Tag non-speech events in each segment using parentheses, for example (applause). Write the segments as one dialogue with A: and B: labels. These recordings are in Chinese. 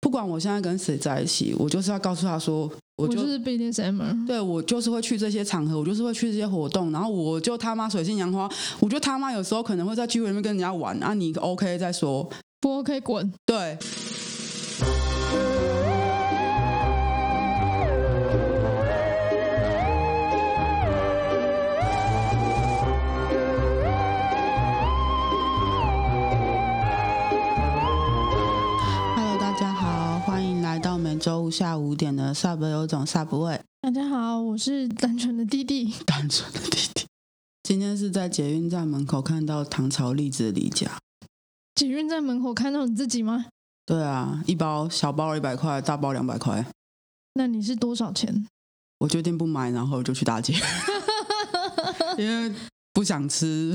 A: 不管我现在跟谁在一起，我就是要告诉他说，我
B: 我
A: 就
B: 就是 BDSM，
A: 对我就是会去这些场合，我就是会去这些活动，然后我就他妈水性杨花，我就他妈有时候可能会在聚会里面跟人家玩啊，你 OK 再说，
B: 不 OK 滚。
A: 对。Hello，大家好，欢迎来到每周五下午五点的 Sub 有种 Sub 味。
B: 大家好，我是单纯的弟弟。 (laughs)
A: 单纯的弟弟。今天是在捷运站门口看到唐朝栗子的李家，
B: 捷运在门口看到你自己吗？
A: 对啊，一包小包一百块，大包两百块。
B: 那你是多少钱？ (laughs)
A: 我决定不买，然后就去大街， (laughs) 因为不想吃。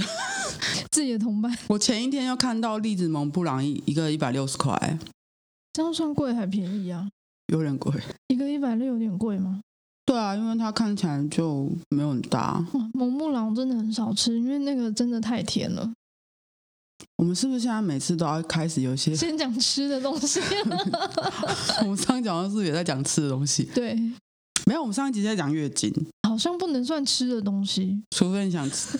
B: 自己的同伴，
A: 我前一天又看到栗子蒙布朗一一个一百六十块，
B: 这样算贵还便宜啊？
A: 有点贵。
B: 一个一百六有点贵吗？
A: 对啊，因为它看起来就没有很大。
B: 哇，蒙布朗真的很少吃，因为那个真的太甜 (laughs) 了。
A: 我们是不是现在每次都要开始有些？ (laughs)
B: 先讲吃的东 (laughs) 西，
A: 我们上一集好像是不是也在讲吃的东西？
B: 对，
A: 没有，我们上一集在讲月经。
B: 好像不能算吃的东西。
A: 除非你想
B: (laughs)
A: 吃。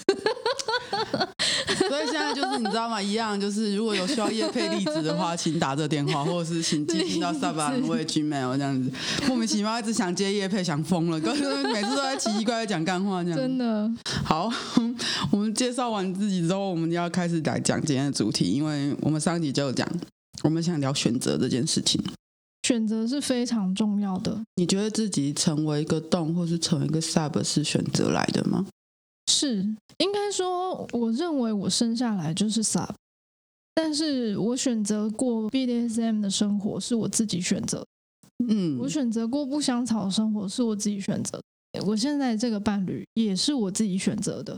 A: 所以现在就是你知道吗？一样就是，如果有需要夜配荔枝的话，请打这电话，
B: (laughs)
A: 或者是请寄信到
B: 荔枝
A: 萨巴兰为 Gmail 这样子。莫名其妙一直想接夜配，想疯
B: (laughs)
A: 了，可是每次都在奇奇怪怪讲干话这样。
B: 真的，
A: 好，我们介绍完自己之后，我们要开始来讲今天的主题，因为我们上一集就有讲，我们想聊选择这件事情。
B: 选择是非常重要的。
A: 你觉得自己成为一个洞，或是成为一个 sub 是选择来的吗？
B: 是，应该说，我认为我生下来就是 sub，但是我选择过 BDSM 的生活是我自己选择，
A: 嗯，
B: 我选择过不香草的生活是我自己选择的，我现在这个伴侣也是我自己选择的。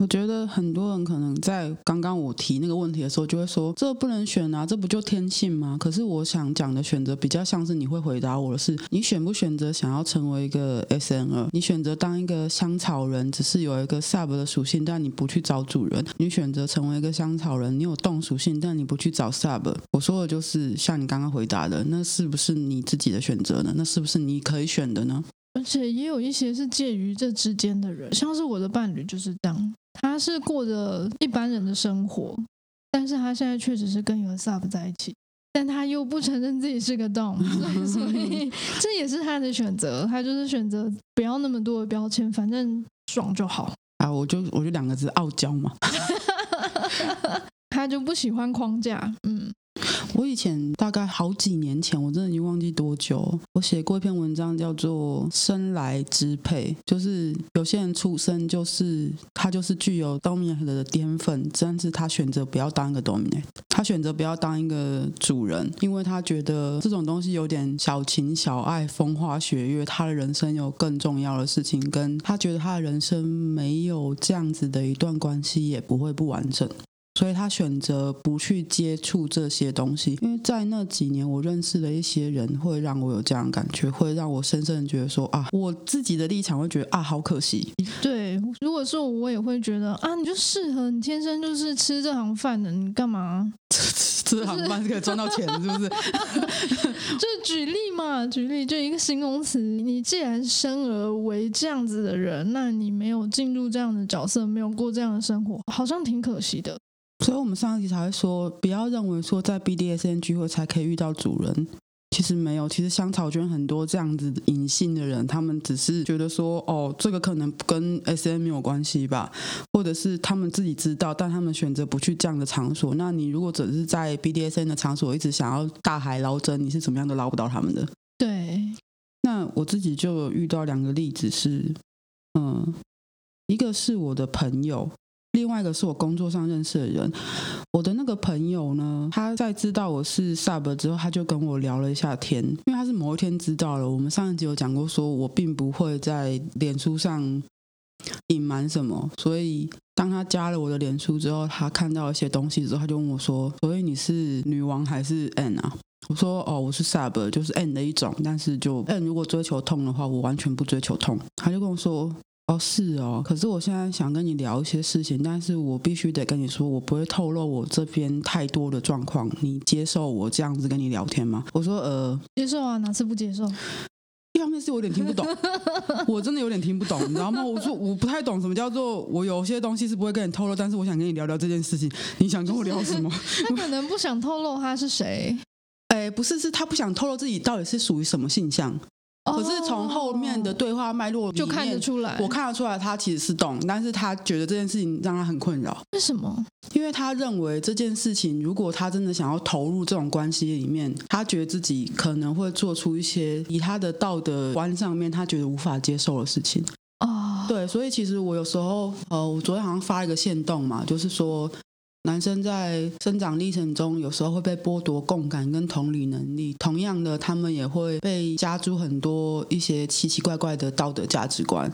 A: 我觉得很多人可能在刚刚我提那个问题的时候，就会说这不能选啊，这不就天性吗？可是我想讲的选择比较像是你会回答我的是，你选不选择想要成为一个 S N 二，你选择当一个香草人，只是有一个 sub 的属性，但你不去找主人；你选择成为一个香草人，你有动属性，但你不去找 sub。我说的就是像你刚刚回答的，那是不是你自己的选择呢？那是不是你可以选的呢？
B: 而且也有一些是介于这之间的人，像是我的伴侣就是这样，他是过着一般人的生活，但是他现在确实是跟一个 sub 在一起，但他又不承认自己是个 dom，所以 (laughs) 所以这也是他的选择，他就是选择不要那么多的标签，反正爽就好，
A: 啊，我就我就两个字，傲娇嘛。
B: 他就不喜欢框架，嗯，
A: 我以前大概好几年前，我真的已经忘记多久，我写过一篇文章叫做《生来支配》，就是有些人出生就是他就是具有 dominant 的天分，但是他选择不要当一个 dominant，他选择不要当一个主人，因为他觉得这种东西有点小情小爱、风花雪月，他的人生有更重要的事情，跟他觉得他的人生没有这样子的一段关系，也不会不完整。所以他选择不去接触这些东西，因为在那几年我认识的一些人，会让我有这样的感觉，会让我深深的觉得说啊，我自己的立场会觉得啊，好可惜， (laughs)
B: 对，如果是我，我也会觉得啊，你就适合，你天生就是吃这行饭的，你干嘛？
A: 这行饭是可以赚到钱，是不是？
B: (laughs) 就举例嘛，举例就一个形容词。你既然生而为这样子的人，那你没有进入这样的角色，没有过这样的生活，好像挺可惜的。
A: 所以我们上一集才会说，不要认为说在 BDSN 聚会才可以遇到主人。其实没有，其实香草圈很多这样子隐性的人，他们只是觉得说，哦，这个可能跟 S M 没有关系吧，或者是他们自己知道，但他们选择不去这样的场所。那你如果只是在 B D S N 的场所一直想要大海捞针，你是怎么样都捞不到他们的。
B: 对，
A: 那我自己就有遇到两个例子是，嗯，一个是我的朋友，另外一个是我工作上认识的人。我的那个朋友呢，他在知道我是 sub 之后，他就跟我聊了一下天，因为他是某一天知道了。我们上一集有讲过，说我并不会在脸书上隐瞒什么，所以。当他加了我的脸书之后，他看到一些东西之后，他就问我说：“所以你是女王还是 N 啊？”我说哦，我是 sub，就是 N 的一种，但是就 N 如果追求痛的话，我完全不追求痛。他就跟我说，哦，是哦。可是我现在想跟你聊一些事情，但是我必须得跟你说，我不会透露我这边太多的状况。你接受我这样子跟你聊天吗？我说，呃，
B: 接受啊，哪次不接受？
A: 一方面是我有点听不懂，我真的有点听不懂，你知道吗？我说我不太懂什么叫做我有些东西是不会跟你透露，但是我想跟你聊聊这件事情。你想跟我聊什么？
B: 他可能不想透露他是谁。
A: 哎，不是，是他不想透露自己到底是属于什么性向。 (laughs) 可是从后面的
B: 哦
A: 对话脉络里
B: 就看得
A: 面
B: 出来，
A: 我看得出来他其实是懂，但是他觉得这件事情让他很困扰，
B: 为什么？
A: 因为他认为这件事情，如果他真的想要投入这种关系里面，他觉得自己可能会做出一些以他的道德观上面他觉得无法接受的事情。
B: 哦，
A: 对，所以其实我有时候，呃，我昨天好像发了一个线动嘛，就是说。男生在生长历程中，有时候会被剥夺共感跟同理能力。同样的，他们也会被加诸很多一些奇奇怪怪的道德价值观，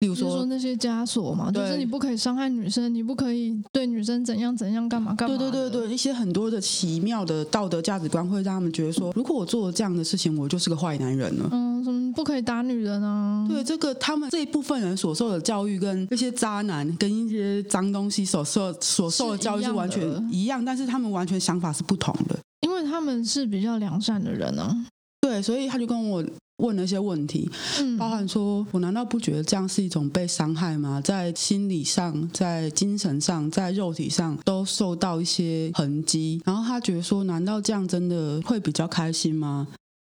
A: 例如
B: 就是
A: 说
B: 说那些枷锁嘛，就
A: 对
B: 是你不可以伤害女生，你不可以对女生怎样怎样干嘛干嘛。
A: 对对对，对，一些很多的奇妙的道德价值观会让他们觉得说，如果我做了这样的事情，我就是个坏男人了。
B: 嗯，什么你不可以打女人啊？
A: 对这个，他们这一部分人所受的教育，跟这些渣男、跟一些脏东西所受所受的教育是完全
B: 是一样的
A: 一样，但是他们完全想法是不同的。
B: 因为他们是比较良善的人啊。
A: 对，所以他就跟我问了一些问题，
B: 嗯，
A: 包含说我难道不觉得这样是一种被伤害吗？在心理上、在精神上、在肉体上都受到一些痕迹，然后他觉得说，难道这样真的会比较开心吗？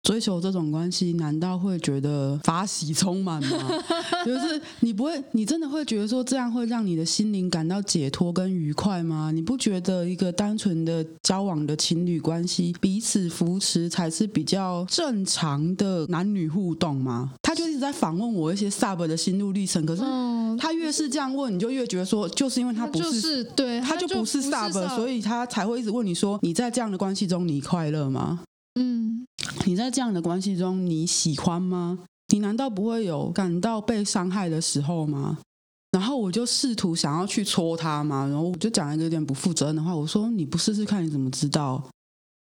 A: 追求这种关系，难道会觉得法喜充满吗？就是你不会，你真的会觉得说这样会让你的心灵感到解脱跟愉快吗？你不觉得一个单纯的交往的情侣关系，彼此扶持才是比较正常的男女互动吗？他就一直在访问我一些 sub 的心路历程，可是
B: 嗯，
A: 他越是这样问，你就越觉得说，就是因为他不。
B: 就是是对，
A: 他
B: 就
A: 就不是 sub，所
B: 以
A: 以他才会一直问你说：“你在这样的关系中，你快乐吗？”
B: 嗯，
A: 你在这样的关系中，你喜欢吗？你难道不会有感到被伤害的时候吗？然后我就试图想要去戳他嘛，然后我就讲了一个有点不负责任的话，我说你不试试看你怎么知道？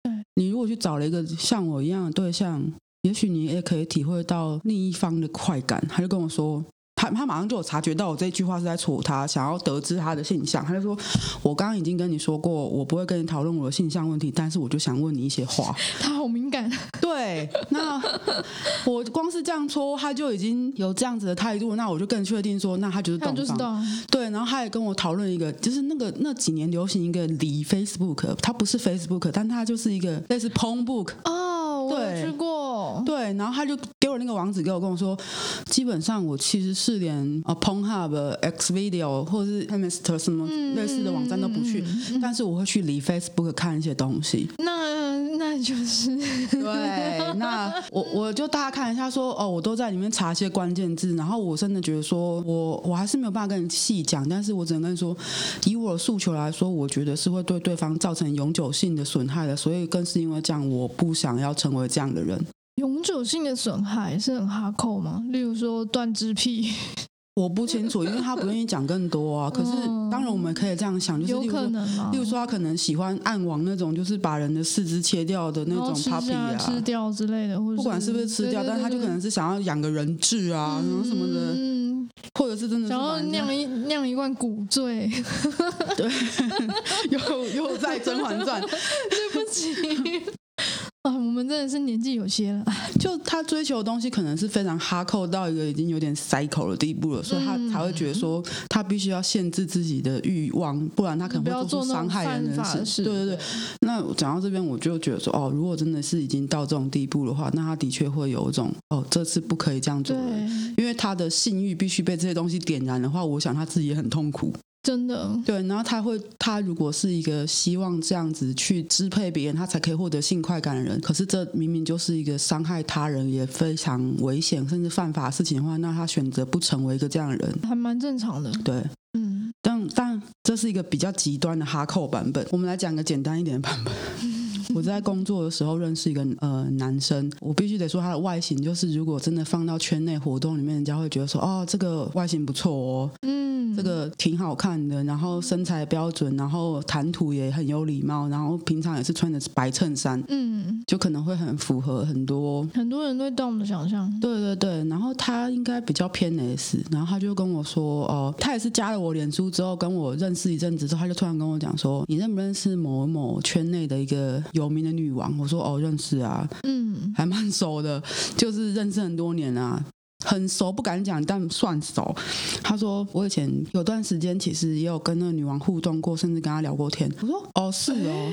B: 对
A: 你如果去找了一个像我一样的对象，也许你也可以体会到另一方的快感。他就跟我说，他他马上就有察觉到我这句话是在戳他，想要得知他的性向。他就说，我刚刚已经跟你说过，我不会跟你讨论我的性向问题，但是我就想问你一些话。
B: 他好敏感，
A: 对，那我光是这样戳，他就已经有这样子的态度，那我就更确定说，那他就是
B: 他
A: 懂
B: 就知
A: 方。
B: 道
A: 对，然后他也跟我讨论一个，就是那个那几年流行一个离 Facebook，它不是 Facebook，但它就是一个类似 Pong Book。
B: 哦，我有
A: 对
B: 去过，
A: 对，然后他就给我那个网址给我，跟我说，基本上我其实是连呃 Pornhub、Xvideo 或是 Hamster 什么
B: 嗯，
A: 类似的网站都不去
B: 嗯，，嗯嗯
A: 但是我会去离 Facebook 看一些东西。
B: 那那就是 (laughs)
A: 对，那我我就大家看一下说，哦，我都在里面查一些关键字，然后我真的觉得说我我还是没有办法跟你细讲，但是我只能跟你说，以我的诉求来说，我觉得是会对对方造成永久性的损害的，所以更是因为这样，我不想要成为这样的人，
B: 永久性的损害是很哈扣吗？例如说断肢癖，
A: 我不清楚，因为他不愿意讲更多啊。可是
B: 嗯
A: 当然我们可以这样想，就是
B: 有
A: 例如
B: 可
A: 说。
B: 能啊
A: 例。如说，他可能喜欢暗网那种，就是把人的四肢切掉的那
B: 然
A: 种
B: 后吃
A: puppy
B: 下
A: 啊，
B: 吃掉之类的，或者
A: 不管是不是吃掉，
B: 对对
A: 但是他就
B: 对
A: 可能是想要养个人质啊，然后什么的，
B: 嗯，
A: 或者是真的是
B: 想要
A: 把人家 (laughs)
B: 酿一酿一罐古醉，
A: 又又在《甄嬛传》， (laughs)
B: 对不起。 (laughs) 啊，我们真的是年纪有些了，
A: 就他追求的东西可能是非常哈扣到一个已经有点 cycle 的地步了，所以他
B: 嗯
A: 才会觉得说他必须要限制自己的欲望，不然他可
B: 你不
A: 能
B: 要
A: 会做出
B: 做那
A: 伤
B: 种
A: 害人
B: 犯法
A: 的
B: 的
A: 事。
B: 事。
A: 对对对。，那我讲到这边，我就觉得说，哦，如果真的是已经到这种地步的话，那他的确会有一种，哦，这次不可以这样做了。
B: 对，
A: 因为他的性欲必须被这些东西点燃的话，我想他自己也很痛苦。
B: 真的，
A: 对，然后他会，他如果是一个希望这样子去支配别人，他才可以获得性快感的人，可是这明明就是一个伤害他人也非常危险，甚至犯法的事情的话，那他选择不成为一个这样的人，
B: 还蛮正常的。
A: 对。
B: 嗯，
A: 但但这是一个比较极端的哈扣版本，我们来讲个简单一点的版本。 (laughs) 我在工作的时候认识一个呃男生，我必须得说他的外形，就是如果真的放到圈内活动里面，人家会觉得说哦，这个外形不错哦，
B: 嗯嗯，
A: 这个挺好看的，然后身材标准，然后谈吐也很有礼貌，然后平常也是穿着白衬衫，
B: 嗯，
A: 就可能会很符合很多。
B: 很多人对 Dom 的想象，
A: 对对对，然后他应该比较偏 S，然后他就跟我说，哦，他也是加了我脸书之后，跟我认识一阵子之后，他就突然跟我讲说，你认不认识某某圈内的一个有名的女王？我说哦，认识啊，
B: 嗯
A: 还蛮熟的，就是认识很多年啊，很熟不敢讲，但算熟。他说我以前有段时间其实也有跟那个女王互动过，甚至跟她聊过天。我说哦是哦，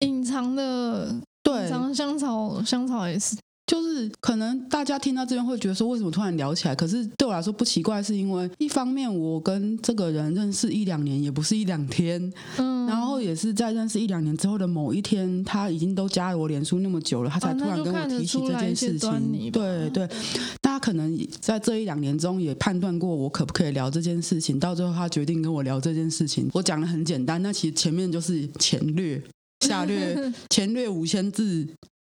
B: 隐藏的隐
A: 对，
B: 藏香草香草 S，
A: 就是可能大家听到这边会觉得说为什么突然聊起来，可是对我来说不奇怪，是因为一方面我跟这个人认识一两年，也不是一两天，
B: 嗯，
A: 然后也是在认识一两年之后的某一天，他已经都加了我脸书那么久了，他才
B: 哦
A: 突
B: 那
A: 然
B: 就
A: 跟我
B: 看得
A: 提起
B: 出
A: 这
B: 来一
A: 件
B: 些
A: 事
B: 端倪
A: 情。
B: 吧
A: 对对，大家可能在这一两年中也判断过我可不可以聊这件事情，到最后他决定跟我聊这件事情。我讲的很简单，那其实前面就是前略、下
B: (laughs)
A: 略、前略五千字。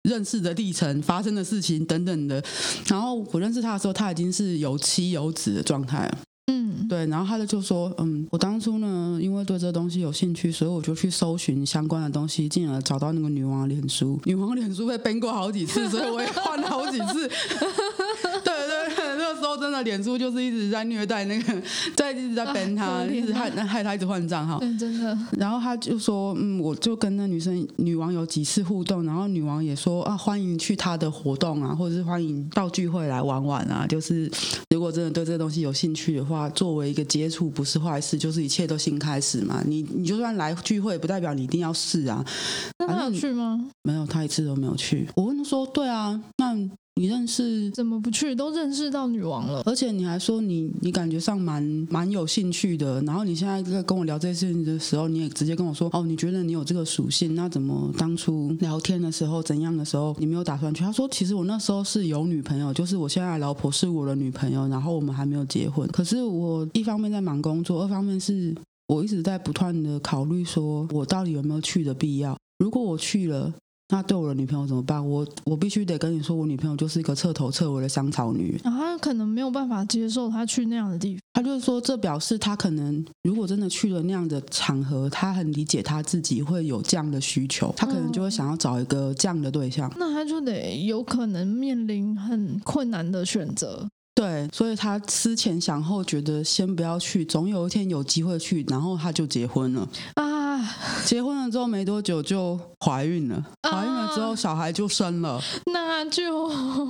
A: 认识的历程、发生的事情等等的，然后我认识他的时候，他已经是有妻有子的状态了。
B: 嗯，
A: 对，然后他就就说，嗯，我当初呢，因为对这东西有兴趣，所以我就去搜寻相关的东西，进而找到那个女王的脸书。女王的脸书被编过好几次，所以我也换了好几次。 (laughs) 对对对，那时候真的脸书就是一直在虐待那个，在一直在编他，
B: 哎可怜啊
A: 一直害害他一直换账号。
B: 对，哎真的，
A: 然后他就说，嗯，我就跟那女生女王有几次互动，然后女王也说啊，欢迎去她的活动啊，或者是欢迎到聚会来玩玩啊。就是如果真的对这个东西有兴趣的话，作为一个接触不是坏事，就是一切都新开始嘛。你你就算来聚会，不代表你一定要试啊。
B: 那
A: 反
B: 他有
A: 正
B: 去吗？
A: 没有，他一次都没有去。我问他说，对啊，那你认识
B: 怎么不去？都认识到女王了，
A: 而且你还说你你感觉上蛮蛮有兴趣的，然后你现在在跟我聊这些事情的时候，你也直接跟我说哦，你觉得你有这个属性，那怎么当初聊天的时候怎样的时候你没有打算去？他说其实我那时候是有女朋友，就是我现在的老婆是我的女朋友，然后我们还没有结婚。可是我一方面在忙工作，二方面是我一直在不断的考虑说我到底有没有去的必要。如果我去了。那对我的女朋友怎么办？我我必须得跟你说，我女朋友就是一个彻头彻尾的香草女，
B: 然后他可能没有办法接受他去那样的地方，
A: 他就是说，这表示他可能如果真的去了那样的场合，他很理解他自己会有这样的需求，他可能就会想要找一个这样的对象。
B: 那他就得有可能面临很困难的选择，
A: 对，所以他思前想后，觉得先不要去，总有一天有机会去，然后他就结婚了。
B: 啊，
A: 结婚了之后没多久就怀孕了，
B: 啊
A: 怀孕了之后小孩就生了。
B: 那就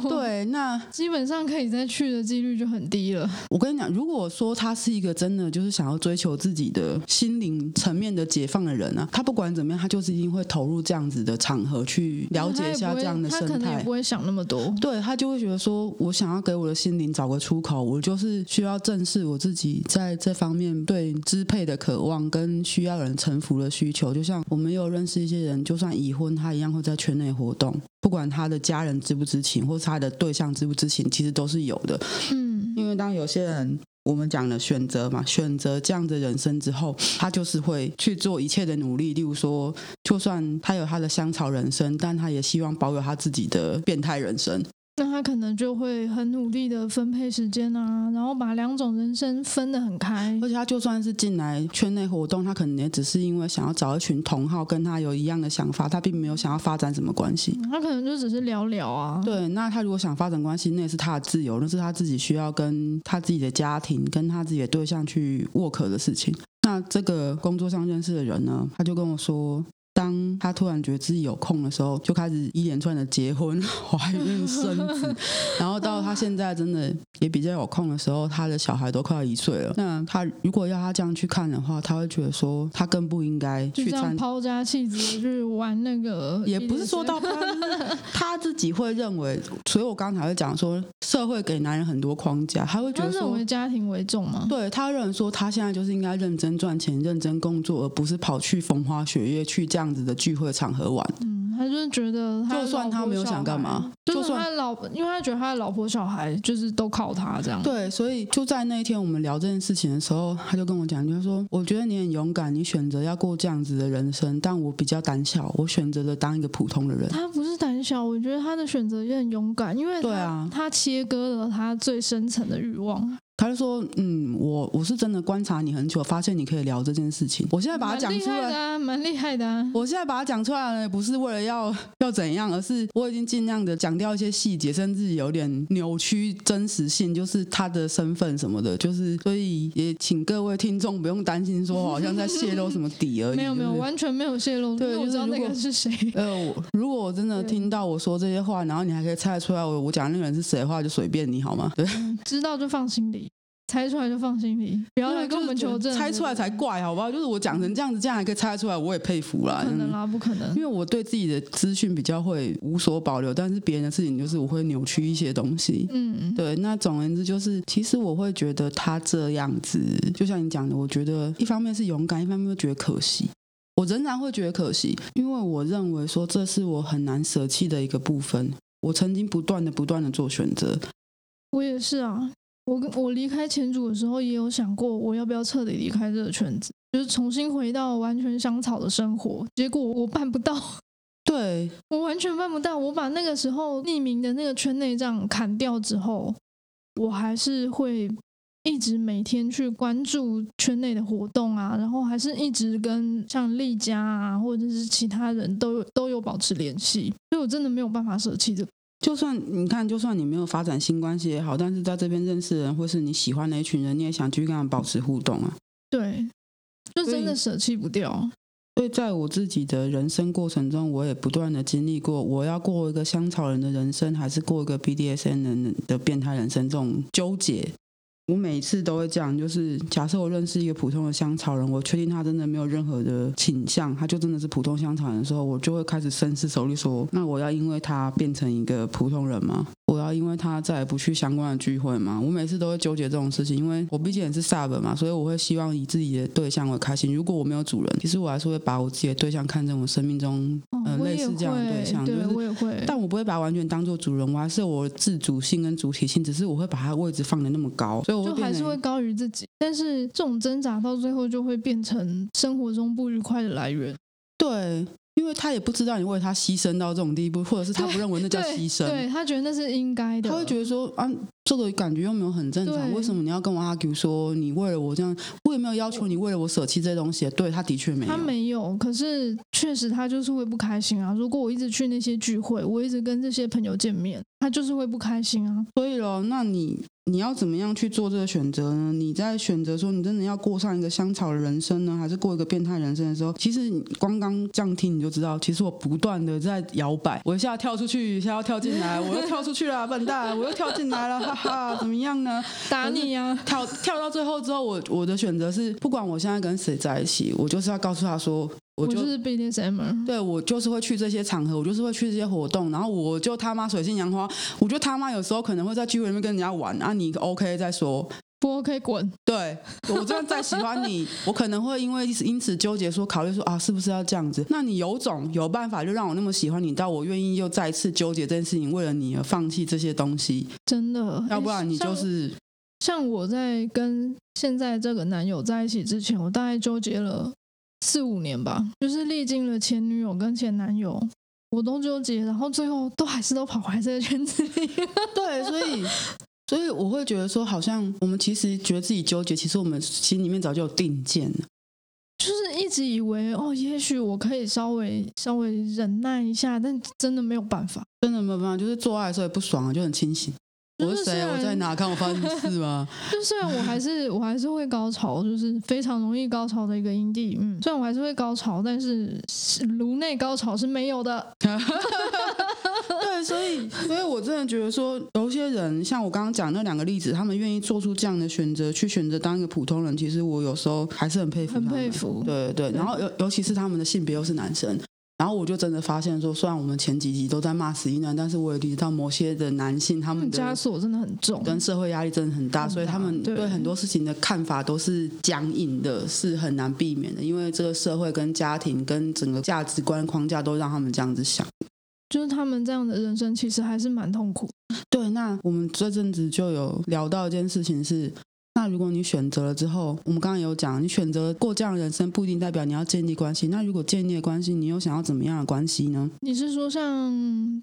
A: 对，那
B: 基本上可以再去的几率就很低了。
A: 我跟你讲，如果说他是一个真的就是想要追求自己的心灵层面的解放的人啊，他不管怎么样，他就是一定会投入这样子的场合去了解一下这样的
B: 他可
A: 生
B: 能也
A: 态
B: 不。会想那么
A: (laughs)
B: 多。
A: 对他就会觉得说，我想要给我的心灵找个出口，我就是需要正视我自己在这方面对支配的渴望跟需要有人臣服的需求。就像我们有认识一些人，就算已婚，他一样会在圈内活动，不管他的家人知不知情，或是他的对象知不知情，其实都是有的。
B: 嗯，
A: 因为当有些人我们讲了选择嘛，选择这样的人生之后，他就是会去做一切的努力。例如说，就算他有他的香草人生，但他也希望保有他自己的变态人生。
B: 那他可能就会很努力的分配时间啊，然后把两种人生分得很开
A: 而。且他就算是进来圈内活动，他可能也只是因为想要找一群同好，跟他有一样的想法，他并没有想要发展什么关系。
B: 他可能就只是聊聊啊。，
A: 对，那他如果想发展关系，那也是他的自由，那是他自己需要跟他自己的家庭、跟他自己的对象去 work 的事情。那这个工作上认识的人呢，他就跟我说。当他突然觉得自己有空的时候，就开始一连串的结婚、 (laughs) 怀孕、生子，然后到他现在真的也比较有空的时候，他的小孩都快要一岁了。那他如果要他这样去看的话，他会觉得说他更不应该
B: 就
A: 去
B: 这样
A: 参
B: 抛家弃子地去玩那个，
A: 也不是说到他，就是他自己会认为，所以我刚才会讲说，社会给男人很多框架，他会觉
B: 他
A: 得
B: 认
A: 说
B: 为，家庭为重嘛。
A: 对他认为说他现在就是应该认真赚钱、认真工作，而不是跑去风花雪月去这样子的聚会场合玩。
B: 嗯，他就是觉得他，
A: 就算他没有想干嘛，
B: 就
A: 就
B: 算
A: 算
B: 他老，因为他觉得他的老婆小孩就是都靠他这样。
A: 对，所以就在那一天我们聊这件事情的时候，他就跟我讲，就是说，我觉得你很勇敢，你选择要过这样子的人生，但我比较胆小，我选择了当一个普通的人。
B: 他不是胆小，我觉得他的选择也很勇敢，因为他
A: 对啊
B: 他切割了他最深层的欲望。
A: 他就就说，嗯，我我是真的观察你很久，发现你可以聊这件事情，我现在把它
B: 蛮
A: 讲
B: 厉
A: 出
B: 害的
A: 来。
B: 啊，蛮厉害的啊。
A: 我现在把它讲出来了，不是为了要要怎样，而是我已经尽量的讲掉一些细节，甚至有点扭曲真实性，就是他的身份什么的，就是所以也请各位听众不用担心说我好像在泄露什么底而已。
B: (laughs) 没有没有，
A: 就是
B: 完全没有泄露，因
A: 对
B: 为我
A: 就是
B: 知道那
A: 如
B: 个
A: 果
B: 是谁。
A: (laughs) 呃，我如果我真的
B: 对
A: 听到我说这些话，然后你还可以猜得出来我我讲那个人是谁的话，就随便你好吗？对，
B: 知道就放心里，猜出来就放心里，
A: (laughs)
B: 不要来跟我们求证。
A: 猜出来才怪，好不好？就是我讲成这样子，这样还可以猜得出来，我也佩服啦。嗯
B: 不可能啦，不可能
A: 因。为我对自己的资讯比较会无所保留，但是别人的事情就是我会扭曲一些东西。
B: 嗯，
A: 对，那总而言之就是，其实我会觉得他这样子，就像你讲的，我觉得一方面是勇敢，一方面又觉得可惜。我仍然会觉得可惜，因为我认为说这是我很难舍弃的一个部分。我曾经不断的、不断的做选择，
B: 我也是啊。我跟我离开前主的时候，也有想过我要不要彻底离开这个圈子，就是重新回到完全香草的生活。结果我办不到，
A: 对，
B: 我完全办不到。我把那个时候匿名的那个圈内账砍掉之后，我还是会一直每天去关注圈内的活动啊，然后还是一直跟像丽佳啊，或者是其他人都有都有保持联系。所以我真的没有办法舍弃这个。
A: 就算你看，就算你没有发展新关系也好，但是在这边认识的人或是你喜欢的一群人，你也想继续跟他们保持互动啊。
B: 对，就真的
A: 所以
B: 舍弃不掉。哦
A: 所以在我自己的人生过程中，我也不断的经历过，我要过一个香草人的人生，还是过一个 BDSN 人的变态人生这种纠结。我每次都会讲，就是假设我认识一个普通的香草人，我确定他真的没有任何的倾向，他就真的是普通香草人的时候，我就会开始深思熟虑说，那我要因为他变成一个普通人吗？我要因为他再也不去相关的聚会吗？我每次都会纠结这种事情，因为我毕竟也是 sub 嘛，所以我会希望以自己的对象为开心。如果我没有主人，其实我还是会把我自己的对象看成我生命中
B: 哦
A: 呃
B: 我
A: 类
B: 也
A: 似这样的对象
B: 会，
A: 就是
B: 我也会。
A: 但我不会把它完全当做主人，我还是有我的自主性跟主体性，只是我会把它的位置放的那么高，所以我
B: 就
A: 会变
B: 还是
A: 成
B: 会高于自己，但是这种挣扎到最后就会变成生活中不愉快的来源。
A: 对，因为他也不知道你为他牺牲到这种地步，或者是他不认为那叫
B: (laughs) 对
A: 牺牲。
B: 对他觉得那是应该的，
A: 他会觉得说啊，这个感觉又没有很正常，
B: 对
A: 为什么你要跟我 argue 说你为了我这样？我也没有要求你为了我舍弃这些东西。对他的确没有，
B: 他没有，可是确实他就是会不开心啊。如果我一直去那些聚会，我一直跟这些朋友见面，他就是会不开心啊。
A: 所以咯，那你你要怎么样去做这个选择呢？你在选择说你真的要过上一个香草的人生呢，还是过一个变态人生的时候，其实你光刚这样听你就知道，其实我不断的在摇摆，我一下跳出去，一下要跳进来，我又跳出去了， (laughs) 笨蛋，我又跳进来了，哈哈，怎么样呢？
B: 打你啊呀、
A: 跳跳到最后之后，我我的选择是，不管我现在跟谁在一起，我就是要告诉他说，我
B: 我
A: 就
B: 就是 BDSM，
A: 对我就是会去这些场合，我就是会去这些活动，然后我就他妈水性杨花，我就他妈有时候可能会在聚会里面跟人家玩啊，你 OK 再说。
B: 不 OK 滚。
A: 对我真的再喜欢你，我可能会因为因此纠结说，考虑说啊，是不是要这样子？那你有种有办法就让我那么喜欢你，到我愿意又再次纠结这件事情，为了你而放弃这些东西，
B: 真的，
A: 要不然你就
B: 像
A: 是
B: 像我在跟现在这个男友在一起之前，我大概纠结了四五年吧，就是历经了前女友跟前男友，我都纠结，然后最后都还是都跑回来这个圈子里。
A: 对，所以。所以我会觉得说，好像我们其实觉得自己纠结，其实我们心里面早就有定见了。
B: 就是一直以为哦，也许我可以稍微稍微忍耐一下，但真的没有办法。
A: 真的没有办法，就是做爱的时候也不爽啊，就很清醒。
B: 就是啊
A: 我是
B: 虽
A: 谁？
B: 然
A: 我在哪？看我发生什么事
B: (laughs)
A: 吗？
B: 就虽然我还是我还是会高潮，就是非常容易高潮的一个阴蒂，嗯，虽然我还是会高潮，但是是颅内高潮是没有的。
A: 对，所以，所以我真的觉得说，有些人像我刚刚讲那两个例子，他们愿意做出这样的选择，去选择当一个普通人，其实我有时候还是很佩服，
B: 很佩。服，
A: 对对，然后尤尤其是他们的性别又是男生。然后我就真的发现说，虽然我们前几集都在骂死一男，但是我也理解到某些的男性他
B: 他
A: 们
B: 们
A: 的
B: 枷锁真的很重，
A: 跟社会压力真的很大，
B: 很大
A: 所以他们
B: 对
A: 对很多事情的看法都是僵硬的，是很难避免的。因为这个社会跟家庭跟整个价值观框架都让他们这样子想。
B: 就是他们这样的人生其实还是蛮痛苦。
A: 对，那我们这阵子就有聊到一件事情是。那如果你选择了之后，我们刚刚有讲，你选择过这样的人生，不一定代表你要建立关系。那如果建立了关系，你又想要怎么样的关系呢？
B: 你是说像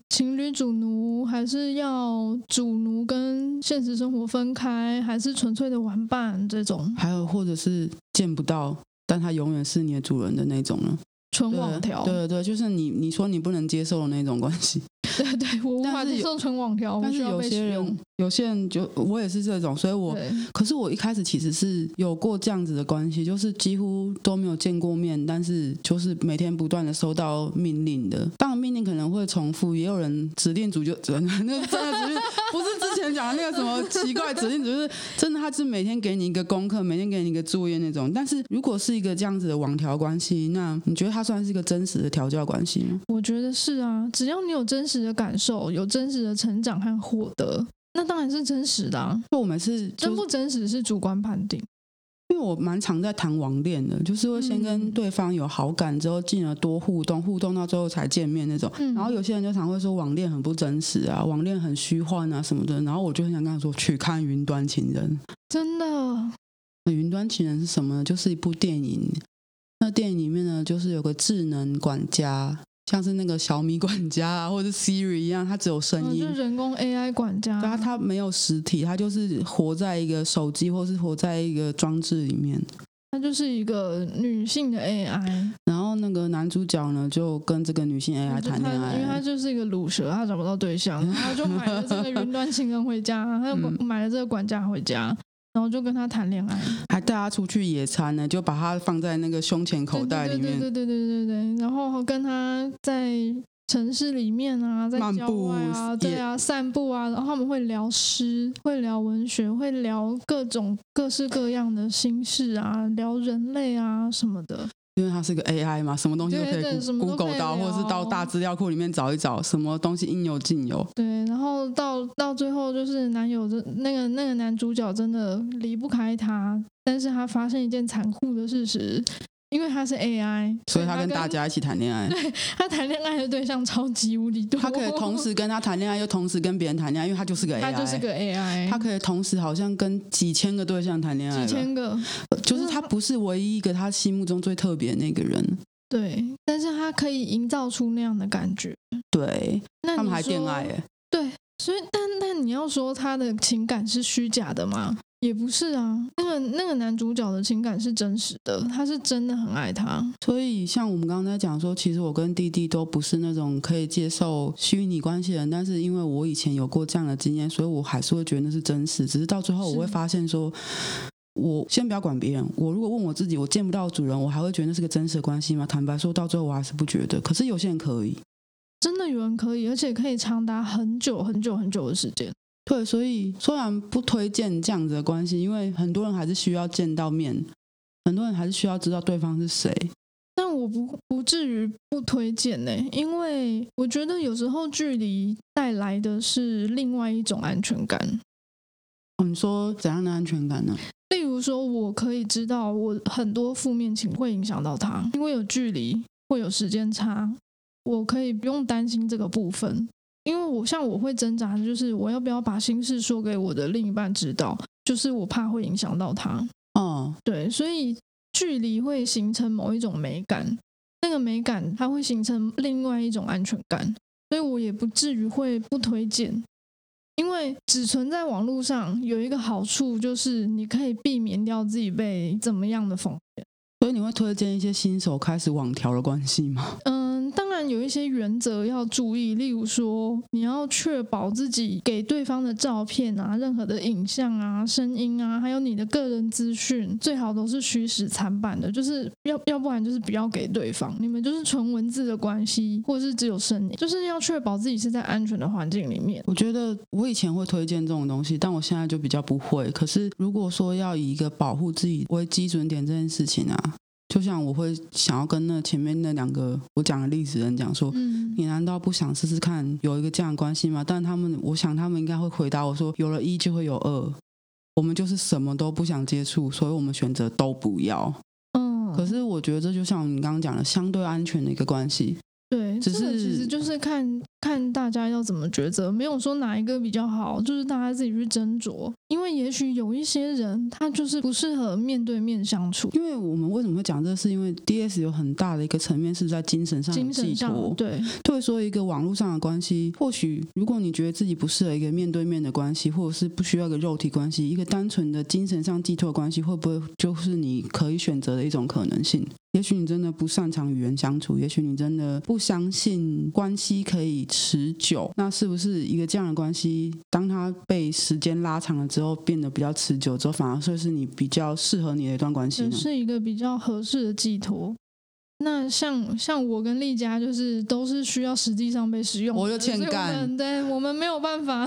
B: 情侣主奴，还是要主奴跟现实生活分开，还是纯粹的玩伴这种
A: 还有或者是见不到，但他永远是你的主人的那种呢？
B: 纯
A: 对
B: 网条？
A: 对对对，就是你你说你不能接受的那种关系。
B: 对对，我无
A: 但
B: 法
A: 是
B: 接
A: 有
B: 受纯网条，我
A: 但
B: 需
A: 哦是
B: 要
A: 有
B: 被
A: 些
B: 使用
A: 人。，有些人就我也是这种，所以我
B: 对，
A: 可是我一开始其实是有过这样子的关系，就是几乎都没有见过面，但是就是每天不断的收到命令的。当然命令可能会重复，也有人指令组就 (laughs) 真的那个真的只是不是之前讲的那个什么奇怪指令组，就是真的他是每天给你一个功课，每天给你一个作业那种。但是如果是一个这样子的网条关系，那你觉得它算是一个真实的调教关系吗？
B: 我觉得是啊，只要你有真实的感受，有真实的成长和获得，那当然是真实的、啊。
A: 就我们是
B: 真
A: 就是
B: 不真实是主观判定。
A: 因为我蛮常在谈网恋的，就是会先跟
B: 嗯
A: 对方有好感之后，进而多互动，互动到最后才见面那种。
B: 嗯
A: 然后有些人就常会说网恋很不真实啊，网恋很虚幻啊什么的。然后我就很想跟他说，去看《云端情人》。
B: 真的，
A: 那《云端情人》是什么呢？就是一部电影。那电影里面呢，就是有个智能管家，像是那个小米管家啊，或者 Siri 一样，它只有声
B: 嗯
A: 音
B: 就。人工 AI 管家，
A: 对啊，它没有实体，它就是活在一个手机或是活在一个装置里面。
B: 它就是一个女性的 AI，
A: 然后那个男主角呢，就跟这个女性 AI
B: 就
A: 谈恋
B: 它因为它
A: 爱。
B: 就是一个卤蛇，它找不到对 (laughs) 象，然后就买了这个云端情人回家，还有
A: 嗯
B: 买了这个管家回家，然后就跟他谈恋爱，
A: 还带他出去野餐呢，就把他放在那个胸前口袋里
B: 对
A: 面，
B: 对对对对对对对，然后跟他在城市里面啊，在
A: 漫
B: 郊外啊，
A: 步
B: 对啊，散步啊，然后他们会聊诗，会聊文学，会聊各种各式各样的心事啊，聊人类啊什么的，
A: 因为他是个 AI 嘛，什么东西都可
B: 对对
A: 以
B: 什么
A: Goo-
B: 都可以
A: Google 到，
B: 聊
A: 或者是到大资料库里面找一找，什么东西应有尽有。
B: 对，然后到到最后就是男友的那个那个男主角真的离不开她，但是他发现一件残酷的事实，因为他是 AI，
A: 所以他
B: 他
A: 跟大家一起谈恋爱，
B: (laughs) 他谈恋爱的对象超级无敌多，
A: 他可以同时跟他谈恋爱，又同时跟别人谈恋爱，因为他就是个 AI，
B: 他就是个 AI，
A: 他可以同时好像跟几千个对象谈恋爱
B: 几
A: 吧，
B: 千个，
A: 就是他不是唯一一个他心目中最特别的那个人。
B: 对，但是他可以营造出那样的感觉。
A: 对
B: 那
A: 他们
B: 你
A: 还恋
B: 说
A: 爱耶，
B: 所以但但你要说他的情感是虚假的吗？也不是啊，那个那个男主角的情感是真实的，他是真的很爱他。
A: 所以，像我们刚才讲说，其实我跟弟弟都不是那种可以接受虚拟关系的人，但是因为我以前有过这样的经验，所以我还是会觉得那是真实。只是到最后，
B: 是
A: 我会发现说，我先不要管别人，我如果问我自己，我见不到主人，我还会觉得那是个真实的关系吗？坦白说，到最后我还是不觉得。可是有些人可以，
B: 真的有人可以，而且可以长达很久很久很久的时间。
A: 对，所以虽然不推荐这样子的关系，因为很多人还是需要见到面，很多人还是需要知道对方是谁。
B: 但我不不至于不推荐呢、因为我觉得有时候距离带来的是另外一种安全感。
A: 哦，你说怎样的安全感呢？
B: 例如说，我可以知道我很多负面情会影响到他，因为有距离，会有时间差，我可以不用担心这个部分。因为我像我会挣扎，就是我要不要把心事说给我的另一半知道，就是我怕会影响到他。
A: 哦，
B: 对，所以距离会形成某一种美感，那个美感它会形成另外一种安全感，所以我也不至于会不推荐。因为只存在网络上有一个好处，就是你可以避免掉自己被怎么样的风险。
A: 所以你会推荐一些新手开始网调的关系吗？
B: 嗯，当然有一些原则要注意，例如说你要确保自己给对方的照片啊、任何的影像啊、声音啊，还有你的个人资讯，最好都是虚实参半的，就是要要不然就是不要给对方，你们就是纯文字的关系，或者是只有声音，就是要确保自己是在安全的环境里面。
A: 我觉得我以前会推荐这种东西，但我现在就比较不会。可是如果说要以一个保护自己为基准点这件事情啊，就像我会想要跟那前面那两个我讲的例子人讲说。
B: 嗯，
A: 哦你难道不想试试看有一个这样的关系吗？但他们，我想他们应该会回答我说：“有了一就会有二，我们就是什么都不想接触，所以我们选择都不要。”
B: 嗯，
A: 可是我觉得这就像你刚刚讲的，相对安全的一个关系。
B: 对，
A: 只
B: 这个其
A: 是
B: 实就是看看大家要怎么抉择，没有说哪一个比较好，就是大家自己去斟酌。因为也许有一些人他就是不适合面对面相处，
A: 因为我们为什么会讲这个，是因为 D S 有很大的一个层面是在精神上
B: 精
A: 的寄
B: 神上
A: 托。
B: 对
A: 对，说一个网络上的关系，或许如果你觉得自己不适合一个面对面的关系，或者是不需要一个肉体关系，一个单纯的精神上寄托的关系，会不会就是你可以选择的一种可能性？也许你真的不擅长与人相处，也许你真的不相信关系可以持久。那是不是一个这样的关系，当它被时间拉长了之后，变得比较持久之后，反而会是你比较适合你的一段关系
B: 也
A: 呢？
B: 是一个比较合适的寄托。那像像我跟丽佳就是都是需要实际上被使用的，
A: 我就欠
B: 所以我
A: 干
B: 们对我们没有
A: (laughs)
B: 办法，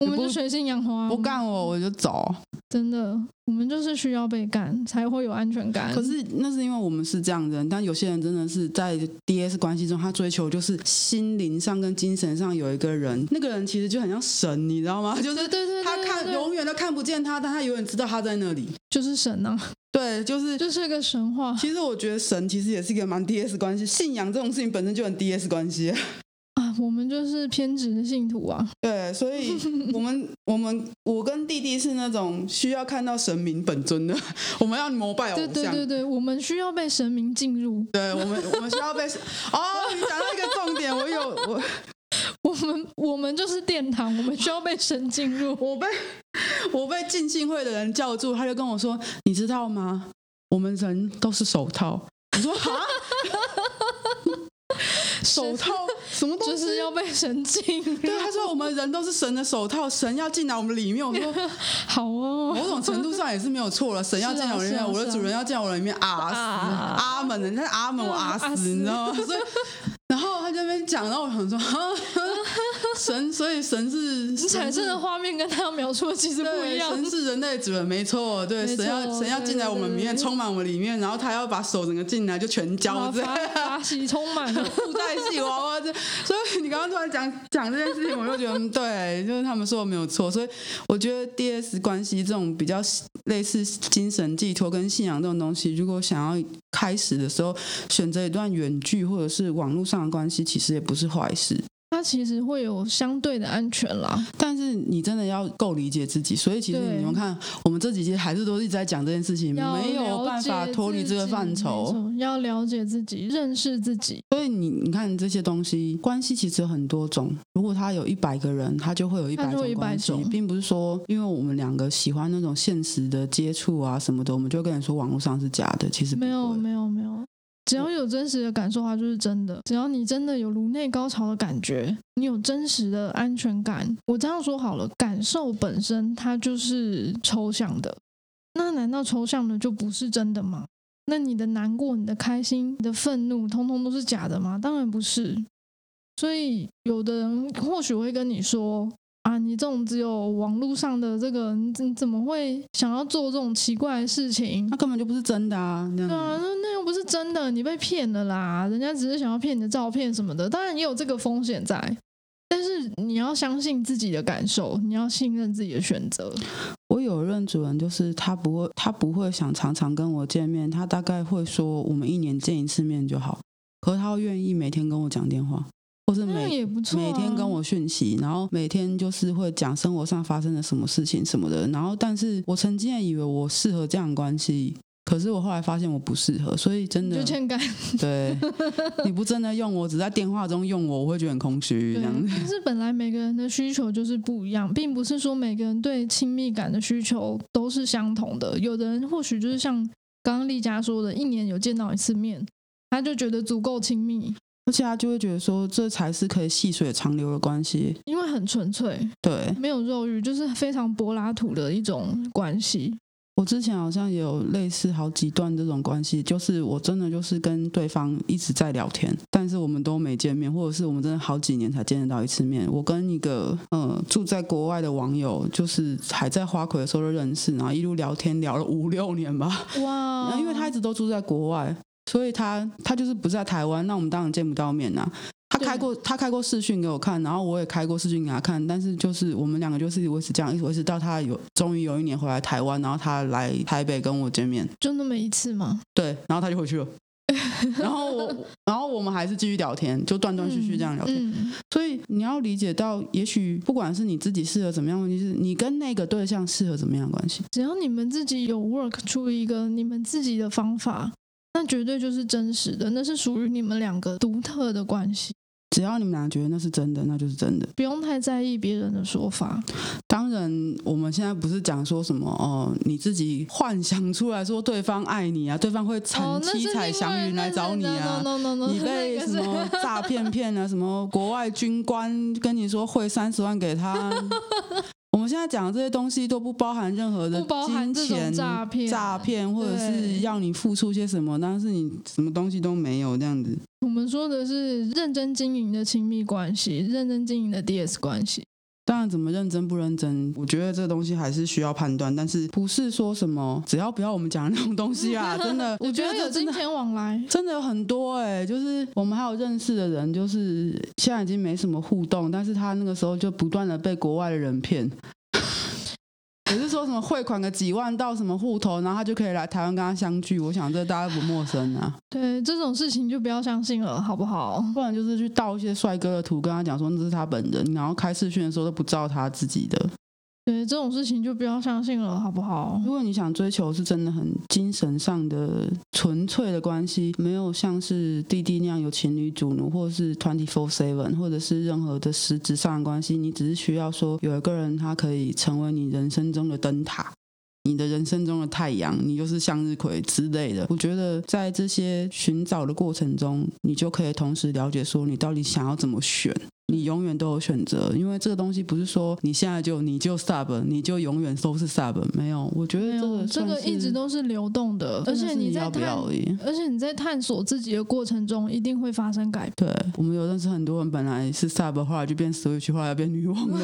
B: 我们
A: 不
B: 就水性杨花，
A: 不干我我就走。
B: 真的，我们就是需要被干才会有安全感。
A: 可是那是因为我们是这样的人，但有些人真的是在 D S 关系中，他追求就是心灵上跟精神上有一个人，那个人其实就很像神，你知道吗？就
B: 对
A: 是
B: 对对，
A: 他
B: 对
A: 看
B: 对
A: 永远都看不见他，但他永远知道他在那里。
B: 就是神啊，
A: 对，就是。
B: 就是个神话
A: 其实我觉得神其实也是一个蛮 D S 关系，信仰这种事情本身就很 D S 关系。 (laughs)
B: 啊，我们就是偏执的信徒啊。
A: 对，所以我们我们我跟弟弟是那种需要看到神明本尊的， (laughs) 我们要膜拜偶
B: 对
A: 像。
B: 对对对，我们需要被神明进入， (laughs)
A: 对我们我们需要 (laughs) 被哦，你讲到一个重点，我有我
B: 我们我们就是殿堂，我们需要被神进入。
A: (laughs) 我被我被进信会的人叫住，他就跟我说：“你知道吗？我们人都是手套。”我说：“哈，手套什么东西？”
B: 就是要被神进入，
A: 对，啊他说我们人都是神的手套，神要进来我们里面。我说
B: 好哦，
A: (laughs) 某种程度上也是没有错了，神要进来我里
B: 是
A: 面，
B: 啊是啊
A: 我的主人要进来我里面，啊死
B: 啊
A: 阿门，人家阿门我啊
B: 啊
A: 死，
B: 死
A: 你知道吗？所以，然后他这边讲，然后我想说，哈神，所以神是神
B: 产生 (laughs)
A: 是
B: 的画面跟他描述的其实不
A: 对，
B: 一样。
A: 神是人类主人，没错，对，
B: 没错
A: 神要神要进来我们里面，
B: 对对对
A: 充满我们里面，然后他要把手整个进来就全
B: 啊
A: 交这样
B: 法法喜充
A: (laughs)
B: 满了，
A: 布袋戏娃娃这，所以你刚刚突然讲讲这件事情，我就觉得嗯对，就是他们说的没有错，所以我觉得 D S 关系这种比较类似精神寄托跟信仰这种东西，如果想要开始的时候选择一段远距或者是网络上的关系，其实也不是坏事。
B: 它其实会有相对的安全啦。
A: 但是你真的要够理解自己，所以其实
B: 对
A: 你们看，我们这几期还是都一直在讲这件事情，
B: 要
A: 没有
B: 了
A: 办法
B: 解
A: 脱离
B: 自
A: 这个
B: 己
A: 范
B: 没
A: 畴。
B: 错，要了解自己，认识自己。
A: 所以你你看这些东西，关系其实有很多种。如果他有一百个人，他就会有一百
B: 它就会
A: 种
B: 有
A: 关
B: 100
A: 系
B: 种，
A: 并不是说因为我们两个喜欢那种现实的接触啊什么的，我们就跟你说网络上是假的，其实不
B: 没有，
A: 会
B: 没有，没有。只要有真实的感受，它就是真的。只要你真的有颅内高潮的感觉，你有真实的安全感。我这样说好了，感受本身它就是抽象的。那难道抽象的就不是真的吗？那你的难过、你的开心、你的愤怒，通通都是假的吗？当然不是。所以有的人或许会跟你说：“啊，你这种只有网络上的这个，你你怎么会想要做这种奇怪的事情？”
A: 那根本就不是真的啊，那
B: 对啊，
A: 样
B: 那那又不是真的，你被骗了啦！人家只是想要骗你的照片什么的，当然也有这个风险在。但是你要相信自己的感受，你要信任自己的选择。
A: 我有任主人，就是他不会，他不会想常常跟我见面，他大概会说我们一年见一次面就好。可是他会愿意每天跟我讲电话，或是
B: 那
A: 每、
B: 也不错、啊，
A: 每天跟我讯息，然后每天就是会讲生活上发生的什么事情什么的。然后，但是我曾经也以为我适合这样的关系，可是我后来发现我不适合，所以真
B: 你就
A: 的
B: 欠干。 (laughs)
A: 对你不真的用我，只在电话中用我，我会觉得很空虚这
B: 对，
A: 样子。 (laughs)
B: 但是本来每个人的需求就是不一样，并不是说每个人对亲密感的需求都是相同的。有的人或许就是像刚刚丽佳说的，一年有见到一次面，他就觉得足够亲密，
A: 而且他就会觉得说，这才是可以细水长流的关系。
B: 因为很纯粹。
A: 对，
B: 没有肉欲，就是非常柏拉图的一种关系。
A: 我之前好像也有类似好几段这种关系，就是我真的就是跟对方一直在聊天，但是我们都没见面，或者是我们真的好几年才见得到一次面。我跟一个呃住在国外的网友，就是还在花魁的时候就认识，然后一路聊天聊了五六年吧，
B: 哇
A: 然后因为他一直都住在国外，所以他他就是不在台湾，那我们当然见不到面啦、他
B: 对
A: 开过他开过视讯给我看，然后我也开过视讯给他看，但是就是我们两个就是维持这样，一直维持到他有终于有一年回来台湾，然后他来台北跟我见面，
B: 就那么一次嘛， (laughs)
A: 对，然后他就回去了。然后我，然后我们还是继续聊天，就断断续续这样聊天。
B: 嗯
A: 所以你要理解到，也许不管是你自己适合怎么样的关系，是你跟那个对象适合怎么样的关系。
B: 只要你们自己有 work 出一个你们自己的方法，那绝对就是真实的，那是属于你们两个独特的关系，
A: 只要你们俩觉得那是真的，那就是真的。
B: 不用太在意别人的说法。
A: 当然，我们现在不是讲说什么哦，你自己幻想出来说对方爱你啊，对方会
B: 哦
A: 乘，
B: 那是
A: 七彩祥云来找你啊。
B: no no no
A: 你被什么诈骗骗了？什么国外军官跟你说汇三十万给
B: (laughs)
A: 他？我们现在讲的这些东西都不包含任何的
B: 不包含
A: 金
B: 这种
A: 钱
B: 诈骗
A: 诈骗或者是
B: 对
A: 要你付出些什么，但是你什么东西都没有这样子。
B: 我们说的是认真经营的亲密关系，认真经营的 DS 关系。
A: 当然，怎么认真不认真，我觉得这东西还是需要判断，但是不是说什么只要不要我们讲的那种东西 (laughs) 啊，真的，我觉得
B: 只要有
A: 这真
B: 金
A: 的
B: 钱往来，
A: 真的有很多哎、就是我们还有认识的人，就是现在已经没什么互动，但是他那个时候就不断的被国外的人骗， (laughs) 也是说什么汇款个几万到什么户头，然后他就可以来台湾跟他相聚。我想这大家不陌生啊，
B: 对这种事情就不要相信了，好不好？
A: 不然就是去盗一些帅哥的图，跟他讲说那是他本人，然后开视讯的时候都不照他自己的。
B: 对这种事情就不要相信了，好不好？
A: 如果你想追求是真的很精神上的纯粹的关系，没有像是弟弟那样有情侣主奴，或者是 twenty four seven，或者是任何的实质上的关系，你只是需要说有一个人他可以成为你人生中的灯塔。你的人生中的太阳，你就是向日葵之类的。我觉得在这些寻找的过程中，你就可以同时了解说你到底想要怎么选。你永远都有选择，因为这个东西不是说你现在就你就 sub，你就永远都是 sub，没有。我觉得
B: 没
A: 这
B: 有，
A: 个
B: 啊这
A: 算
B: 个
A: 是
B: 一直都是流动的，而
A: 真的
B: 且
A: 是你
B: 在
A: 要不
B: 探，
A: 要而已。
B: 而且你在探索自己的过程中，一定会发生改变。
A: 对我们有认识很多人，本来是 sub，后来就变 switch，后来变女王的，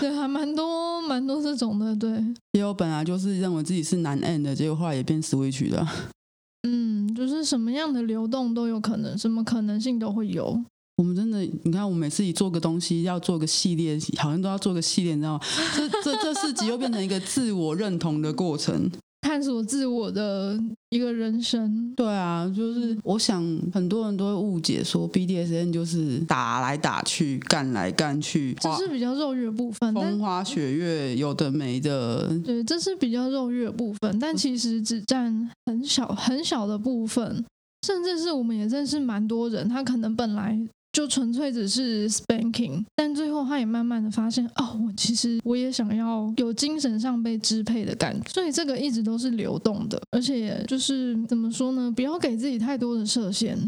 B: 对，还蛮多蛮多这种的，对，
A: (laughs) 也有本来就是认为自己是男 n 的，结果后来也变 switch 的。
B: 嗯，就是什么样的流动都有可能，什么可能性都会有。
A: 我们真的，你看，我每次一做个东西，要做个系列，好像都要做个系列，你知道吗？这这这四集又变成一个自我认同的过程。
B: 探索自我的一个人生，
A: 对啊，就是我想很多人都会误解说 BDSN 就是打来打去、干来干去，
B: 这
A: 花
B: 是比较肉欲的部分，但
A: 风花雪月，有的没的。
B: 对，这是比较肉欲的部分，但其实只占很小很小的部分，甚至是我们也认识蛮多人，他可能本来就纯粹只是 spanking，但最后他也慢慢的发现，哦，我其实我也想要有精神上被支配的感觉，所以这个一直都是流动的，而且就是怎么说呢，不要给自己太多的设限，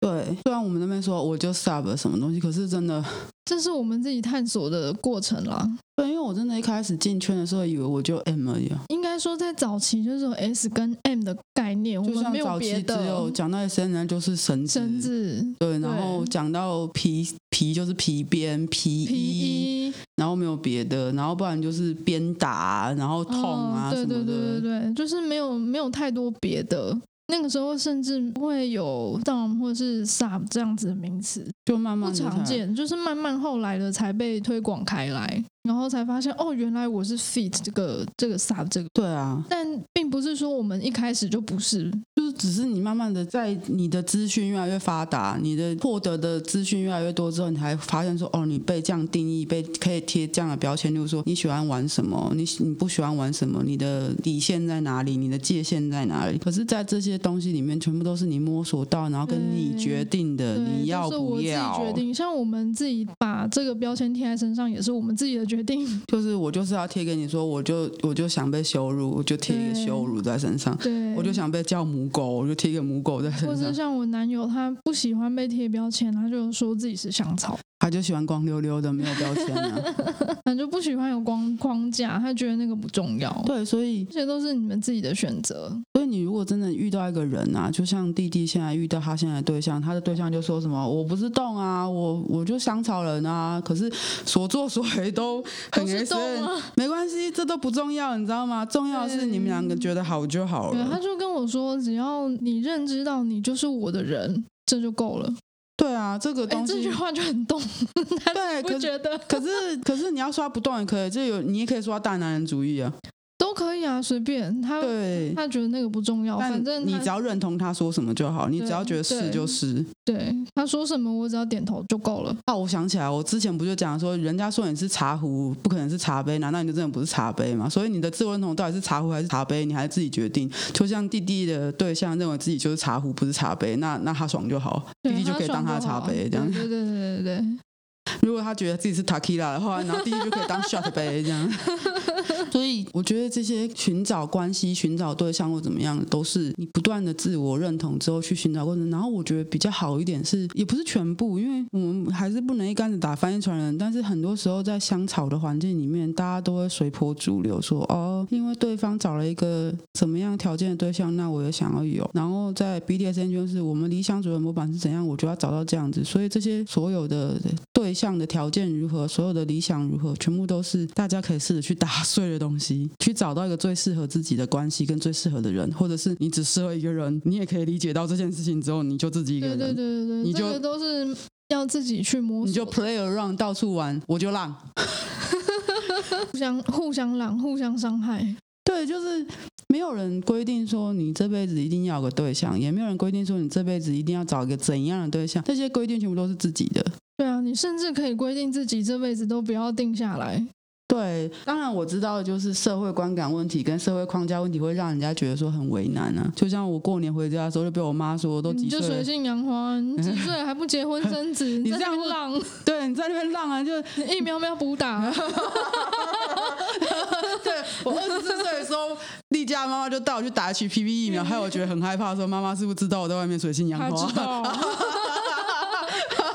A: 对，虽然我们那边说我就 sub 什么东西，可是真的，
B: 这是我们自己探索的过程啦。
A: 对，因为我真的一开始进圈的时候，以为我就 M 而已啊，
B: 应该说，在早期就是有 S 跟 M 的概念，我
A: 就
B: 们
A: 像
B: 没有
A: 早
B: 别
A: 期只有
B: 的
A: 讲到 SN 就是绳子，
B: 绳子。
A: 对，
B: 对
A: 然后讲到皮皮就是皮鞭、皮衣，
B: P 一
A: 然后没有别的，然后不然就是鞭打啊，然后痛啊
B: 哦对
A: 什
B: 对
A: 么
B: 对对
A: 的。
B: 对，就是没有没有太多别的。那个时候甚至不会有 dom 或是 sub 这样子的名词，
A: 就慢慢
B: 不
A: 地才
B: 常见，就是慢慢后来的才被推广开来，然后才发现哦，原来我是 fit 这个这个 sub 这个，
A: 对啊，
B: 但并不是说我们一开始就不是，
A: 就是只是你慢慢的在你的资讯越来越发达，你的获得的资讯越来越多之后，你才发现说，哦，你被这样定义，被可以贴这样的标签，就是说你喜欢玩什么，你喜你不喜欢玩什么，你的底线在哪里，你的界限在哪里。可是，在这些东西里面，全部都是你摸索到，然后跟你
B: 对
A: 决定的，
B: 对，
A: 你要
B: 就是我
A: 不
B: 自己
A: 要？
B: 决定，像我们自己把这个标签贴在身上，也是我们自己的决定，
A: (laughs) 就是我就是要贴给你说，我就我就想被羞辱，我就贴一个
B: 对
A: 羞辱在身上，
B: 对，
A: 我就想被叫母狗，我就贴一个母狗在
B: 或
A: 身
B: 是
A: 上。
B: 像我男友，他不喜欢被贴标签，他就说自己是香草，
A: 他就喜欢光溜溜的，没有标签啊。
B: (laughs) 他就不喜欢有框框架，他觉得那个不重要。，
A: 对，所以
B: 这些都是你们自己的选择。
A: 所以你如果真的遇到一个人啊，就像弟弟现在遇到他现在的对象，他的对象就说什么我不是动啊，我我就香草人啊，可是所作所为都很
B: 都是
A: S
B: 动
A: N，
B: 啊，
A: 没关系，这都不重要，你知道吗？重要的是
B: 对
A: 你们两个觉得好就好
B: 对，他啊
A: 了。
B: 就跟我说，只要你认知到你就是我的人，这就够了。
A: 对啊，这个
B: 哎、
A: 东
B: 这
A: 西
B: 句话就很动， (laughs) 他
A: 对，
B: 不
A: 可是
B: 觉得
A: 可是可是你要说他不动也可以，这有你也可以说他大男人主义啊。
B: 都可可以啊，随便他
A: 对，
B: 他觉得那个不重要，
A: 但
B: 反正
A: 你
B: 他
A: 只要认同他说什么就好，你只要觉得是
B: 对
A: 就是。
B: 对他说什么，我只要点头就够了。
A: 啊，我想起来，我之前不就讲说，人家说你是茶壶，不可能是茶杯，难道你就真的不是茶杯吗？所以你的自我认同到底是茶壶还是茶杯，你还自己决定。就像弟弟的对象认为自己就是茶壶，不是茶杯，那那他爽就好，弟
B: 对，
A: 弟就
B: 他
A: 可以当
B: 爽
A: 他的
B: 就好
A: 茶杯这样。
B: 对对对对对对，
A: 如果他觉得自己是 Takila 的话，然后弟弟就可以当 shot 杯这样。所以我觉得这些寻找关系、寻找对象或怎么样，都是你不断的自我认同之后去寻找过程。然后我觉得比较好一点是，也不是全部，因为我们还是不能一竿子打翻一船人。但是很多时候在香草的环境里面，大家都会随波逐流说，哦，因为对方找了一个怎么样条件的对象，那我也想要有。然后在 BDSM 就是我们理想主人模板是怎样，我就要找到这样子。所以这些所有的对象的条件如何，所有的理想如何，全部都是大家可以试着去打碎的东西，去找到一个最适合自己的关系跟最适合的人，或者是你只适合一个人，你也可以理解到这件事情之后，你就自己一个
B: 对
A: 人，
B: 对对对
A: 你
B: 对，这
A: 就
B: 个都是要自己去摸
A: 你
B: 索
A: 就
B: 的，
A: play around 到处玩，我就浪。
B: 互相互相让，互相伤害。
A: 对，就是没有人规定说你这辈子一定要有个对象，也没有人规定说你这辈子一定要找一个怎样的对象，这些规定全部都是自己的。
B: 对啊，你甚至可以规定自己这辈子都不要定下来。
A: 对，当然我知道，就是社会观感问题跟社会框架问题会让人家觉得说很为难啊。就像我过年回家的时候，就被我妈说都
B: 你
A: 几岁
B: 就随
A: 了，
B: 性杨花，你
A: (laughs)
B: 几岁了还不结婚生子？
A: 你
B: 在
A: 这样
B: 那
A: 会
B: 边浪， (laughs)
A: 对，你在那边浪啊，就
B: 你疫苗没有补打，
A: 对我二十四岁的时候，丽佳妈妈就带我去打 HPV E 疫苗，害我觉得很害怕，说妈妈是不是知道我在外面水性 (laughs) 杨
B: 他
A: 花 (laughs)
B: 知？道，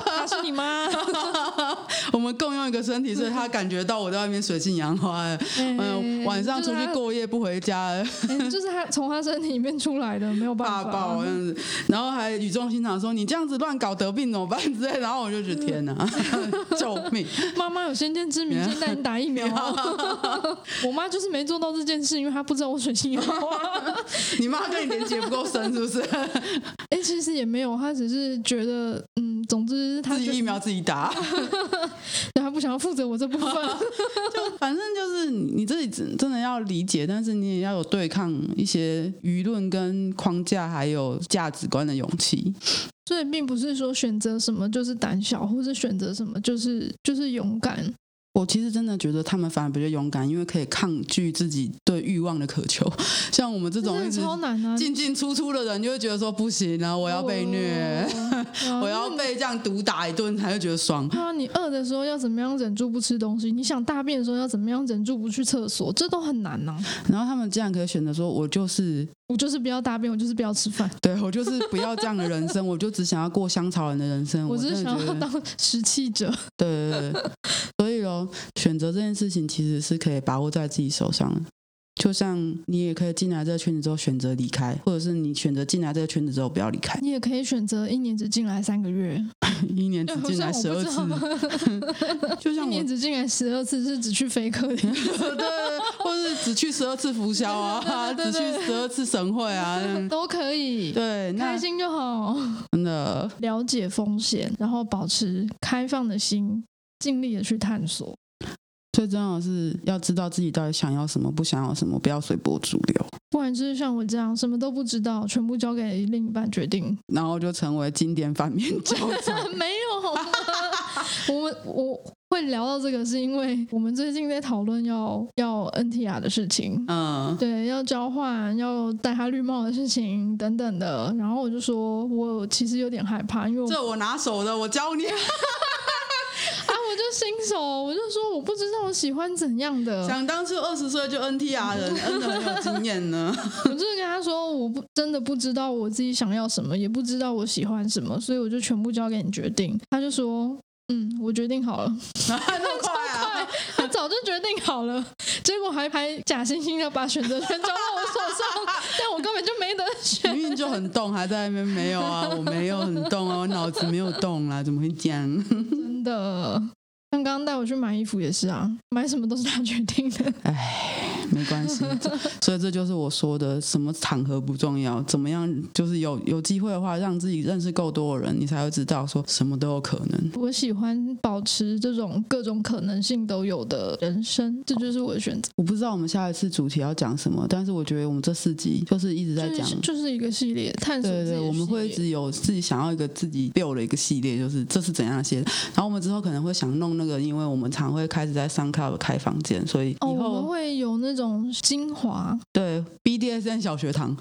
B: 他是你妈。
A: 我们共用一个身体，所以她感觉到我在外面水性杨花
B: (laughs)
A: 了。嗯，
B: 哎
A: 晚上出
B: 就是
A: 去
B: 他
A: 过夜不回家了，
B: (laughs) 哎就是他从他身体里面出来的，没有办
A: 爸
B: 法。
A: 爸这样子，然后还语重心长说你这样子乱搞得病怎么办之类，然后我就觉得天哪， (laughs) 救命！
B: 妈妈有先见之
A: (laughs)
B: 明，先带你打疫苗。我妈就是没做到这件事，因为她不知道我水性杨花。
A: 你妈跟你连接不够深是不是？
B: 哎、其实也没有，她只是觉得，嗯，总之 (laughs) 她
A: 自己
B: 觉
A: 疫苗自己
B: (laughs)
A: 打，
B: 得她不想要负责我这部分。
A: (laughs) 反正就是你你自己真真的要理解，但是你也要有对抗一些舆论跟框架还有价值观的勇气。
B: 所以并不是说选择什么就是胆小，或是选择什么就是就是勇敢。
A: 我其实真的觉得他们反而比较勇敢，因为可以抗拒自己对欲望的渴求。 (laughs) 像我们这
B: 这
A: 种
B: 真
A: 一
B: 的
A: 直
B: 超难啊！
A: 进进出出的人，就会觉得说不行啊，我要被
B: 哦
A: (laughs) 虐。
B: 我，
A: 我
B: 我
A: 要。被这样毒打一顿才会觉得
B: (laughs)
A: 爽。
B: 对啊，啊你饿的时候要怎么样忍住不吃东西？你想大便的时候要怎么样忍住不去厕所？这都很难呐、啊
A: 然后他们竟然可以选择说，我就是
B: 我就是不要大便，我就是不要吃饭，
A: 对我就是不要这样的人生，我就只想要过香草人的人嗯生。我
B: 我只是
A: 真的
B: 想
A: 觉
B: 要
A: 得
B: 当
A: (laughs)
B: 食气者。
A: 对对对对，所以咯，选择这件事情其实是可以把握在自己手上的。就像你也可以进来这个圈子之后选择离开，或者是你选择进来这个圈子之后不要离开， (laughs)
B: 你也可以选择一年只进来三个月，
A: 一年只
B: 对好
A: 进来
B: 像
A: 十
B: (laughs) 我
A: 二
B: 不知道
A: 次，就
B: 一
A: 像我
B: 年只进来十二次是只去飞科的。
A: 对对， (laughs) 对或是只去十二次浮销啊，
B: (laughs) 对
A: 只
B: 对对对
A: 去十二次神会啊，这样
B: 都可以，
A: 对，那
B: 开心就好。
A: 真的
B: 了解风险，然后保持开放的心，尽力的去探索。
A: 最重要的是要知道自己到底想要什么，不想要什么，不要随波逐流，
B: 不然就是像我这样，什么都不知道，全部交给另一半决定。
A: 然后就成为经典反面教材。
B: 没有好吗？ (laughs) 我们我会聊到这个，是因为我们最近在讨论要要 NTR 的事情。
A: 嗯，
B: 对，要交换，要戴他绿帽的事情等等的，然后我就说，我其实有点害怕，因为我
A: 这我拿手的，我教你。
B: 啊，我就新手，我就说我不知道我喜欢怎样的，
A: 想当初二十岁就 NTR 人，N 的很有经验呢。 (laughs)
B: 我就是跟他说，我不真的不知道我自己想要什么，也不知道我喜欢什么，所以我就全部交给你决定。他就说，嗯，我决定好了， (laughs)
A: 那么快
B: 快
A: 啊！
B: 他早就决定好了，结果还还假惺惺的把选择权交到我手上，但我根本就没得选。
A: 明明就很动，还在那边没有啊？我没有很动啊，我脑子没有动啦，怎么会这样？
B: 真的，像刚刚带我去买衣服也是啊，买什么都是他决定的。 (laughs)
A: 唉， (laughs) 没关系，这所以这就是我说的，什么场合不重要，怎么样就是有有机会的话，让自己认识够多的人，你才会知道说什么都有可能。
B: 我喜欢保持这种各种可能性都有的人生，这就是我的选择。
A: 我不知道我们下一次主题要讲什么，但是我觉得我们这四集就是一直在
B: 就
A: 讲
B: 是，就是一个系列探索
A: 对
B: 自己
A: 对，
B: 的
A: 我们
B: 系
A: 会一
B: 列
A: 直有自己想要一个自己 build 的一个系列，就是这是怎样的系列。然后我们之后可能会想弄那个，因为我们常会开始在上课开房间，所以以后、
B: 哦，我们会有那种精华，
A: 对 BDSN 小学堂，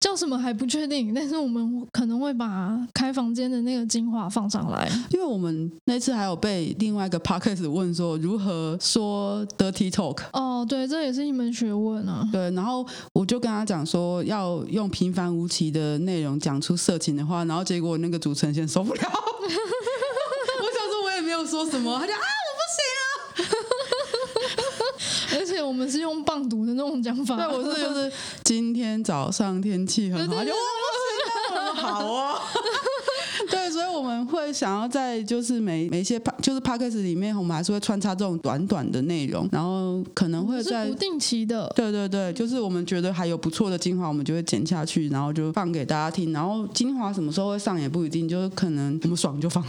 B: 叫什么还不确定，但是我们可能会把开房间的那个精华放上来。
A: 因为我们那次还有被另外一个 podcast 问说如何说 dirty talk。
B: 哦，对，这也是一门学问啊。
A: 对，然后我就跟他讲说，要用平凡无奇的内容讲出色情的话，然后结果那个主持人先受不了， (laughs) 我想说我也没有说什么，他就啊我不行啊，
B: (laughs) 而且我们是用棒读的那种讲法。
A: 对，我是就是今天早上天气很好，
B: 对对
A: 就
B: 对
A: 哇，不行啊，我说好哦。 (laughs) 对，所以我们会想要在就是每每一些 pa- 就是 p a c k a g e 里面，我们还是会穿插这种短短的内容，然后可能会
B: 哦是
A: 在
B: 不定期的。
A: 对对对，就是我们觉得还有不错的精华，我们就会剪下去，然后就放给大家听。然后嗯精华什么时候会上也不一定，就是可能我们爽就放。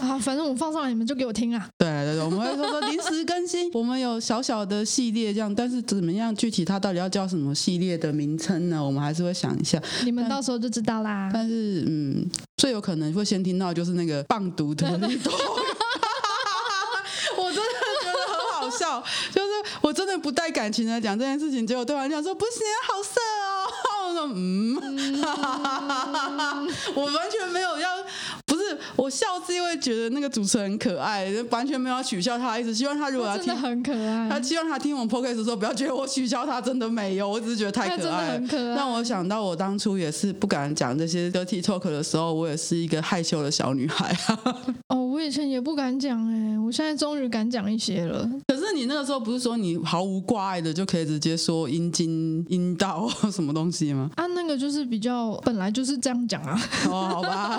B: 啊，反正我放上来，你们就给我听啊。
A: (laughs) 对对对，我们会说说临时更新，我们有小小的系列这样，但是怎么样具体它到底要叫什么系列的名称呢？我们还是会想一下。
B: 你们
A: 但
B: 到时候就知道啦。
A: 但是嗯，最有可能会先听到就是那个棒读的力度。 (laughs) 我真的觉得很好笑，就是我真的不带感情的讲这件事情，结果对方讲说不行，啊好色哦。我说嗯， (laughs) 我完全没有要，不是我笑是因为觉得那个主持人可爱，完全没有要取笑他，一直希望他如果要
B: 真的
A: 听。
B: 很可
A: 他
B: 爱。
A: 希望他听我们 podcast 的时候，不要觉得我取笑他，真的没有，我只是觉得太
B: 他
A: 可
B: 真的
A: 爱了
B: 很可爱
A: 让我想到我当初也是不敢讲这些 dirty talk 的时候，我也是一个害羞的小女孩啊。 (laughs)
B: 哦，我以前也不敢讲哎、我现在终于敢讲一些了。
A: 可是你那个时候不是说你毫无挂碍的就可以直接说阴茎、阴道什么东西
B: (laughs)
A: 吗？
B: 啊，那个就是比较本来就是这样讲啊，
A: 哦，好
B: (laughs)
A: 吧，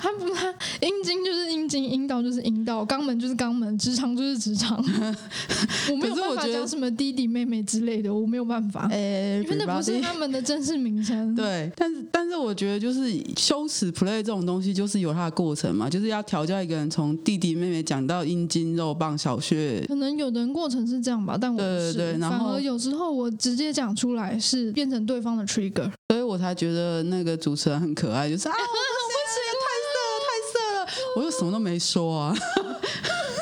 B: 他不他阴茎就是阴茎，阴道就是阴道，肛门就是肛门，直肠就是直
A: (laughs)
B: 肠。我没有
A: 可是我
B: 办法
A: 觉得
B: 讲什么弟弟妹妹之类的，我没有办法，
A: 哎
B: 因为那不是他们的正式名称。
A: 对，但是但是我觉得就是羞耻 play 这种东西，就是有它的过程嘛，就是要调教一个人从弟弟妹妹讲到阴茎、肉棒、小穴，
B: 可能有的人过程是这样吧，但我不
A: 对
B: 是。
A: 对对然
B: 反
A: 后
B: 而有时候我直接讲出来是变成对方的
A: (laughs)
B: trigger。
A: 所以我才觉得那个主持人很可爱，就是啊，我不行了，太色了，太色了，我 (laughs) 就什么都没说啊。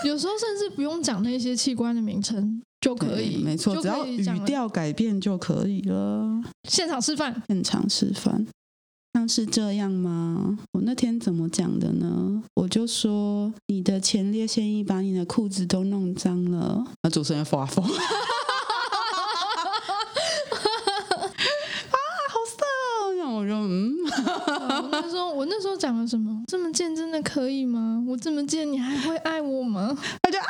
B: 有时候甚至不用讲那些器官的名称就可以，
A: 对没错，
B: 就
A: 只要
B: 可以
A: 语
B: 讲了
A: 调改变就可以了。
B: 现场示范。
A: 现场示范，像是这样吗？我那天怎么讲的呢？我就说你的前列腺液把你的裤子都弄脏了，啊那主持人发 (laughs) 疯。那我就嗯，
B: 我那时候我那时候讲了什么？这么贱真的可以吗？我这么贱，你还会爱我吗？
A: 他就啊，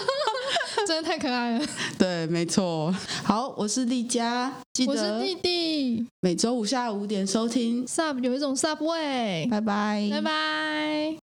B: (laughs) 真的太可爱了。
A: 对，没错。好，我是丽佳，记
B: 我是
A: 得
B: 弟弟
A: 每周五下午五点收听，
B: ，sub 有一种 subway，
A: 拜拜，
B: 拜拜。